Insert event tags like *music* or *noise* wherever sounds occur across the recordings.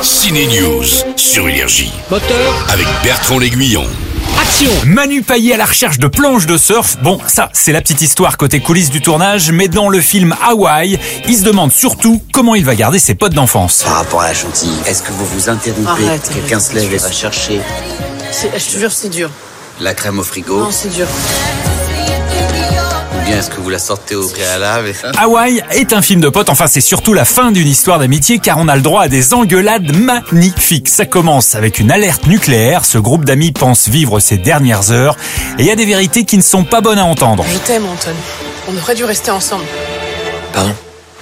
Ciné News sur Énergie Moteur, avec Bertrand L'Aiguillon. action Manu Payet à la recherche de planches de surf. Bon, ça, c'est la petite histoire côté coulisses du tournage, mais dans le film Hawaï, il se demande surtout comment il va garder ses potes d'enfance. Par rapport à la chantilly, est-ce que vous vous interrompez Arrête. Quelqu'un se lève et va chercher C'est- Je te jure, c'est dur. la crème au frigo Non, c'est dur. Ou bien est-ce que vous la sortez au préalable et- Hawaï est un film de potes, enfin c'est surtout la fin d'une histoire d'amitié car on a le droit à des engueulades magnifiques. Ça commence avec une alerte nucléaire, ce groupe d'amis pense vivre ses dernières heures et il y a des vérités qui ne sont pas bonnes à entendre. Je t'aime, Anton. On aurait dû rester ensemble.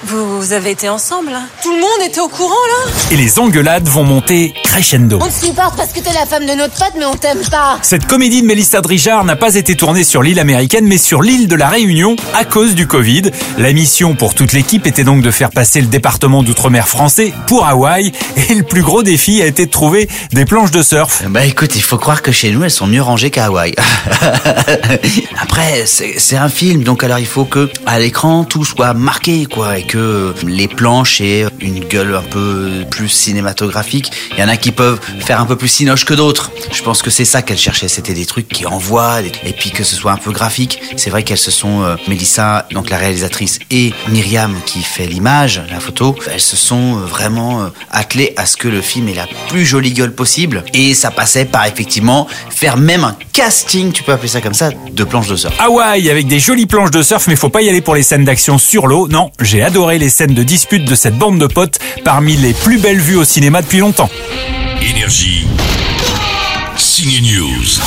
Vous, vous avez été ensemble là Tout le monde était au courant là Et les engueulades vont monter crescendo. On te supporte parce que t'es la femme de notre pote, mais on t'aime pas. Cette comédie de Mélissa Drijard n'a pas été tournée sur l'île américaine, mais sur l'île de la Réunion à cause du Covid. La mission pour toute l'équipe était donc de faire passer le département d'outre-mer français pour Hawaï, et le plus gros défi a été de trouver des planches de surf. Bah écoute, il faut croire que chez nous, elles sont mieux rangées qu'à Hawaï. *laughs* Après, c'est c'est un film, donc alors il faut que à l'écran tout soit marqué, quoi, et que les planches aient une gueule un peu plus cinématographique. Il y en a qui peuvent faire un peu plus cinoche que d'autres. Je pense que c'est ça qu'elle cherchait, c'était des trucs qui envoient, des- et puis que ce soit un peu graphique. C'est vrai qu'elles se sont, euh, Mélissa, donc la réalisatrice, et Myriam qui fait l'image, la photo, elles se sont euh, vraiment euh, attelées à ce que le film ait la plus jolie gueule possible. Et ça passait par effectivement faire même un casting, tu peux appeler ça comme ça, de planches de surf. Hawaï avec des jolies planches de surf, mais faut pas y aller pour les scènes d'action sur l'eau. Non, j'ai adoré les scènes de dispute de cette bande de potes, parmi les plus belles vues au cinéma depuis longtemps. Énergie. Ciné News.